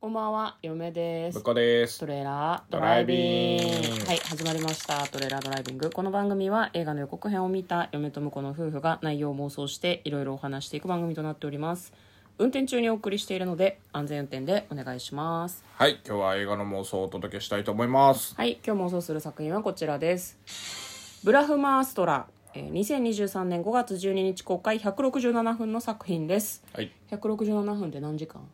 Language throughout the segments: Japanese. こんばんは、嫁です向。こうですト。レーラードドラライイビビンンググはい始まりました「トレーラードライビング」この番組は映画の予告編を見た嫁と婿の夫婦が内容を妄想していろいろお話していく番組となっております運転中にお送りしているので安全運転でお願いしますはい、今日は映画の妄想をお届けしたいと思います。はい今日妄想する作品はこちらです「ブラフマーストラ」えー2023年5月12日公開167分の作品ですはい、 167分って何時間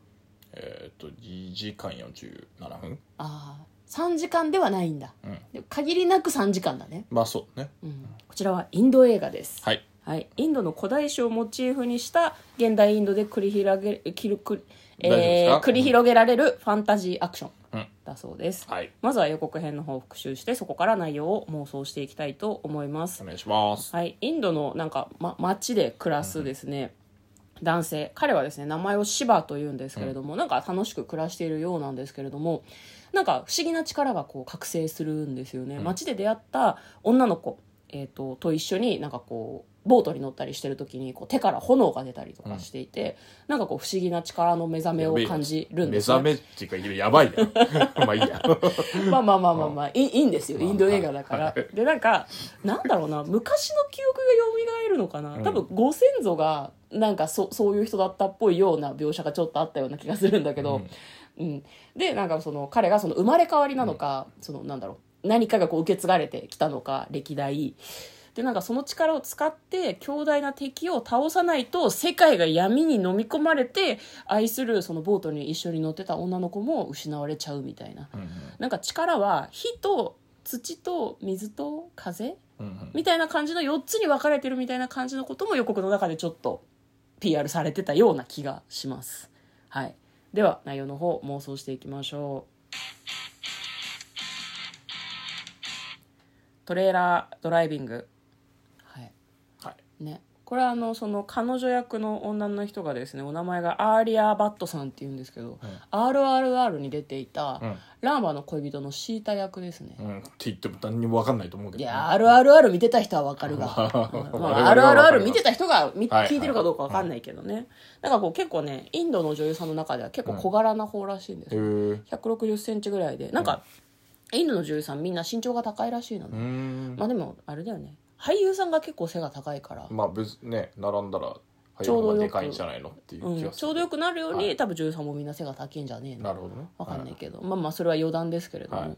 えーっと、2時間47分。ああ3時間ではないんだ、うんで限りなく3時間だねまあ、そうね。うんこちらはインド映画です、はい、はいインドの古代史をモチーフにした現代インドで繰り広げきるく大丈夫でえすーか繰り広げられるファンタジーアクションうんだそうです、はい、まずは予告編の方を復習してそこから内容を妄想していきたいと思いますお、願いします。はい、インドのなんか、ま、町で暮らすですね、男性彼はですね名前をシバというんですけれども、なんか楽しく暮らしているようなんですけれどもなんか不思議な力がこう覚醒するんですよね、街で出会った女の子、えー、とと一緒になんかこうボートに乗ったりしてる時にこう手から炎が出たりとかしていて、なんかこう不思議な力の目覚めを感じるん目です覚ねめっていうか、やばい ね。まあ、いいや。まあまあまあまあまあ、いいいいんですよインド映画だから、はいはでなんかなんだろうな昔の記憶が蘇るのかな、うん多分ご先祖がなんかそそういう人だったっぽいような描写がちょっとあったような気がするんだけど、うんでなんかその彼がその生まれ変わりなのか、そのなんだろう何かがこう受け継がれてきたのか歴代でなんかその力を使って強大な敵を倒さないと世界が闇に飲み込まれて愛するそのボートに一緒に乗ってた女の子も失われちゃうみたいなうんなんか力は火と土と水と風うんうんみたいな感じの4つに分かれてるみたいな感じのことも予告の中でちょっと PR されてたような気がします。はい、では内容の方妄想していきましょう。トレーラードライビング。はい。はいね。これはあのその彼女役の女の人がですねお名前がアーリア・バットさんっていうんですけど、RRR に出ていた、うんラーマの恋人のシータ役ですね、うん、って言っても何にも分かんないと思うけどいね、やー RRR 見てた人はわかるが、我々まはあ、分か RRR るわ見てた人が見はいはい聞いてるかどうかわかんないけどね、なんかこう結構ねインドの女優さんの中では結構小柄な方らしいんですへよ、ーう160センチぐらいでなんか、インドの女優さんみんな身長が高いらしいのーね、んまあでもあれだよね俳優さんが結構背が高いから、まあ別にね並んだらちょうどよくでかいんじゃないのっていううん気がする、ちょうどよくなるように、は多分女優さんもみんな背が高いんじゃねえのなるほどねわかんないけど、まあまあそれは余談ですけれども、はい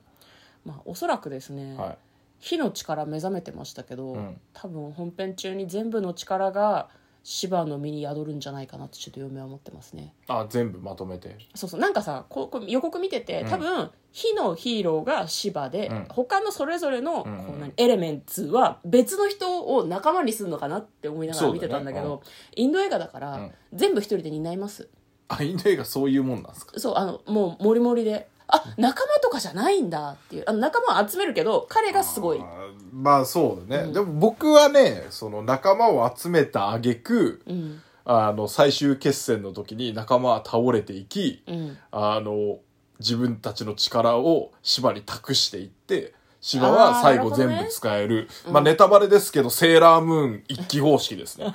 まあおそらくですね、はい、はい火の力目覚めてましたけど、うん多分本編中に全部の力が芝の身に宿るんじゃないかなってちょっと嫁は思ってますねあ全部まとめてそうそうなんかさこうこう予告見ててうん多分火のヒーローが芝で、うん他のそれぞれのこうんうんう何エレメンツは別の人を仲間にするのかなって思いながら見てたんだけそどインド映画だから、うん全部一人で担いますあインド映画そういうもんなんですかそうあのもうモリモリであ仲間とかじゃないんだっていうあの仲間を集めるけど彼がすごいあーまあそうだね、うんでも僕はねその仲間を集めた挙句うんあの最終決戦の時に仲間は倒れていきうんあの自分たちの力を芝に託していって芝は最あ後ーなるほどね全部使えるうんまあネタバレですけど、セーラームーン一騎方式ですね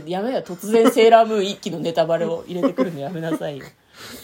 でやめよ突然セーラームーン一気のネタバレを入れてくるのやめなさ いよ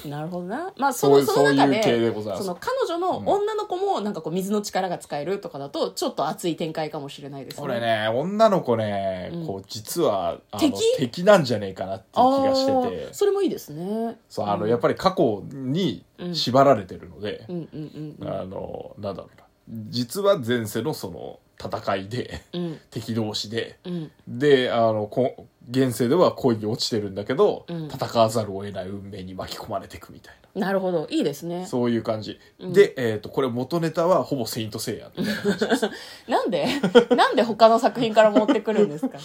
なるほどなまあそそうのいうそそのう中いう系ででございますその彼女の女の子もなんかこう水の力が使えるとかだとちょっと熱い展開かもしれないですねこれね女の子ね、うんこう実はあの敵敵なんじゃねえかなってあいう気がーしててそれもいいですねそうあのやっぱぱり過去にうん縛られてるので、うんうんうんあのなんだろうな実は前世のその戦いで うん敵同士でうんであのこ現世では恋に落ちてるんだけど、うん戦わざるを得ない運命に巻き込まれていくみたいな。なるほどいいですねそういう感じ、うんで、えー、とこれ元ネタはほぼ「セイント・セイ ヤ」みたいな感じですなんで なんで他の作品から持ってくるんですか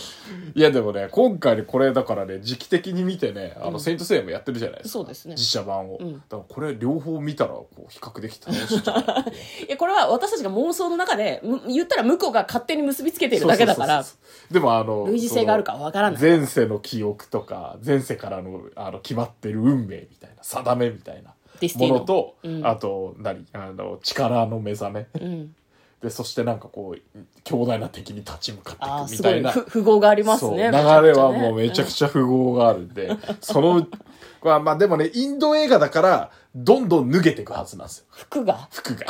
いやでもね今回でこれだからね時期的に見てね「あうんのセイント・セイヤ」もやってるじゃないですか、そうですね実写版を、うんだからこれ両方見たらこう比較できて楽しいんじゃないっていういやこれは私たちが妄想の中でむ言ったら向こうが勝手に結びつけているだけだからそうそうそうそうでもあの類似性があるかはわからないその前世の記憶とか前世からのあの決まってる運命みたいな定めみたいなディスティもーノのと、うんあと何あの力の目覚めうんでそしてなんかこう強大な敵に立ち向かあーっていくすごみたいいなふ符号がありますそう流ねれはもうめちゃくちちゃ富豪があるんで、その、まあまあでもね、インド映画だから、どんどん脱げていくはずなんですよ。ゃ服が 服が。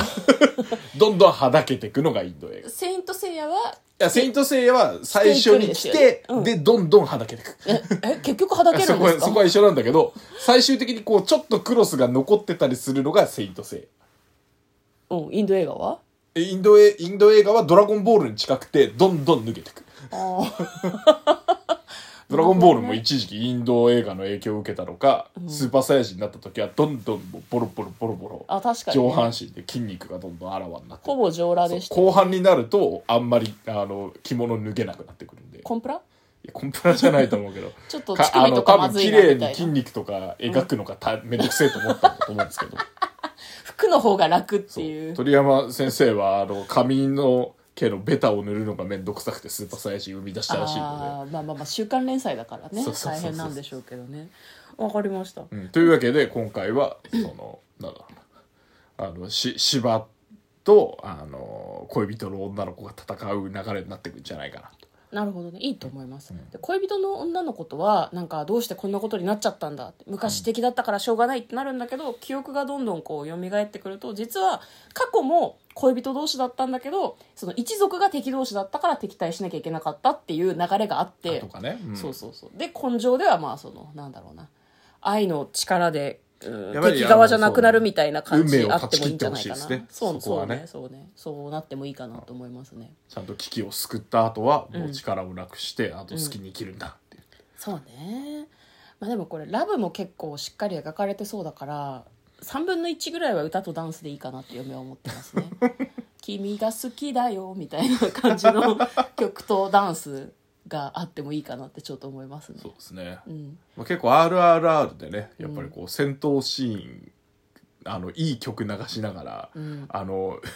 どんどんはだけていくのがインド映画。いセイントセイヤはや、セイントセイヤは最初に来て、うんで、どんどんはだけていく。 ええ結局はだけるそんこではすかそこは一緒なんだけど、最終的にこう、ちょっとクロスが残ってたりするのがセイントセイヤ。うん、インド映画はえインド映インド映画はドラゴンボールに近くて、どんどん脱げていく。あードラゴンボールも一時期インド映画の影響を受けたのか、スーパーサイヤ人になった時はどんどんもうボロボロボロボロあ確かにね、上半身で筋肉がどんどんあらわになってほぼ上裸そうでした後半になるとあんまりあの着物脱げなくなってくるんでいコンプラやコンプラじゃないと思うけどちょっとか乳首とかまずい綺なみた麗いなに筋肉とか描くのがためんどくせえと思ったんだと思うんですけ ど服の方が楽ってそういう鳥山先生はあの髪の毛のベタを塗るのがめんどくさくてスーパーサイヤ人生み出したらしいので。あーまあまあまあ週刊連載だからねそうそうそう大そう変なんでしょうけどねわかりました、うんというわけで今回はそのなんだろうなあのし芝とあの恋人の女の子が戦う流れになってくるんじゃないかなとなるほどねいいと思います、で恋人の女の子とはなんかどうしてこんなことになっちゃったんだって昔敵だったからしょうがないってなるんだけど、記憶がどんどんこう蘇ってくると実は過去も恋人同士だったんだけどその一族が敵同士だったから敵対しなきゃいけなかったっていう流れがあってとかね、うんそうそうそうで根性ではまあそのなんだろうな愛の力で、うんやっぱり敵側じゃなくなるみたいな感あじのあってもいいんじゃないか運命を断ち切ってほしいな、ですねそうそこそうはねねそうねそうなってもいいかなと思いますねちゃんと危機を救った後はもう力をなくして、あと好きに生きるんだっていう、そうねまあでもこれラブも結構しっかり描かれてそうだから3分の1ぐらいは歌とダンスでいいかなって嫁は思ってます ね君が好きだよみたいな感じの曲とダンスがあってもいいかなってちょっと思いますねそうですね、うんまあ、結構 RRR でねやっぱりこう戦闘シーン、あのいい曲流しながら、うんあの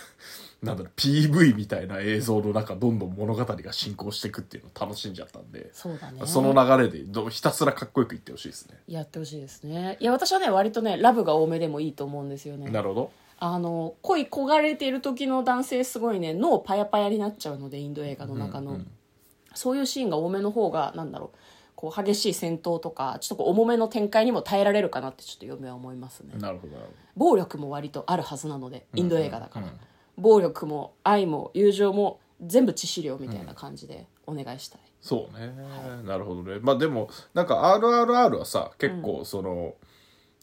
なんだろう PV みたいな映像の中どんどん物語が進行していくっていうのを楽しんじゃったんでそうだねその流れでどひたすらかっこよく言ってほしいですね。やってほしいですねいや私はね割とねラブが多めでもいいと思うんですよねなるほど。あの恋焦がれている時の男性すごいね脳パヤパヤになっちゃうのでインド映画の中の、うんうんそういうシーンが多めの方がなんだろうこう激しい戦闘とかちょっとこう重めの展開にも耐えられるかなってちょっと嫁は思いますねなるほどなるほ暴力も割とあるはずなのでど。インド映画だから、うん暴力も愛も友情も全部致死量みたいな感じでお願いしたい、そうね、なるほどね。まあでもなんか RRR はさ結構その、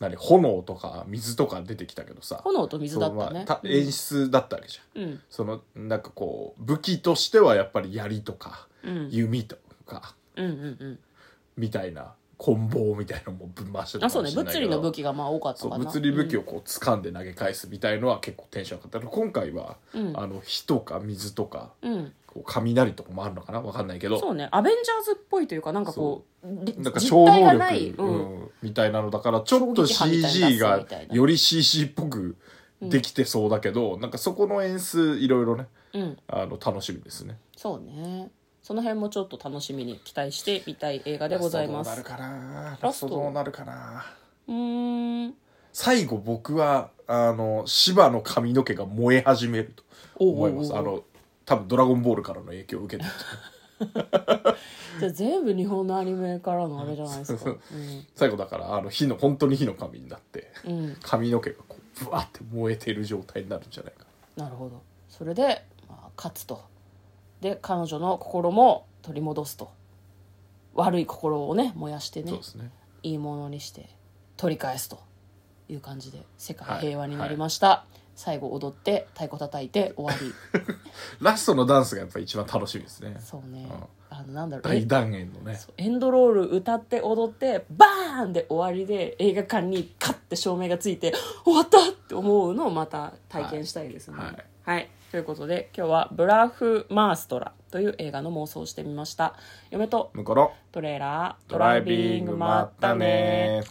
何炎とか水とか出てきたけどさ炎と水だったそのまねあた演出だったわけじゃん。うんそのなんかこう武器としてはやっぱり槍とかうん弓とかうんうんみたいな棍棒みたいなのもぶん回しうてんたあかそうもねしれない物けど理の武器がまあ多かったそかなう物理武器をこう掴んで投げ返すみたいのは結構テンション上がったの今回は、うんあの火とか水とかうん、うんこう雷とかもあるのかなわかんないけどそうねアベンジャーズっぽいというかなんかこうりなんか実超体能が力ない、うんうんみたいなのだからちょっと衝撃波みたいな CG 出がすみたいなより CG っぽくできてそうだけど、なんかそこの演出いろいろねうん、あの楽しみですね。そうねその辺もちょっと楽しみに期待してみたい映画でございまラすストどうなるかラなストラストどうなるかなうーん最後僕はあの芝の髪の毛が燃え始めると思いますおうおうおうあの多分「ドラゴンボール」からの影響を受けてるとじゃあ全部日本のアニメからのあれじゃないですか、最後だからあの火の本当に火の神になってうん、うん、髪の毛がこうブワーって燃えてる状態になるんじゃないかなるほどそれで、まあ、勝つとで彼女の心も取り戻すと悪い心をね燃やしてな、ねそうですねいいものにして取り返すという感じで世界平和になりました、最後踊って太鼓叩いて終わりラストのダンスがやっぱり一番楽しみですねそうねうんあのなんだろうえ大断円のねそうエンドロール歌って踊ってバーンで終わりで映画館にカッて照明がついて終わったって思うのをまた体験したいですねはいはいということで今日は「ブラフ・マーストラ」という映画の妄想をしてみました嫁と向こうのトレーラードドライビングまったね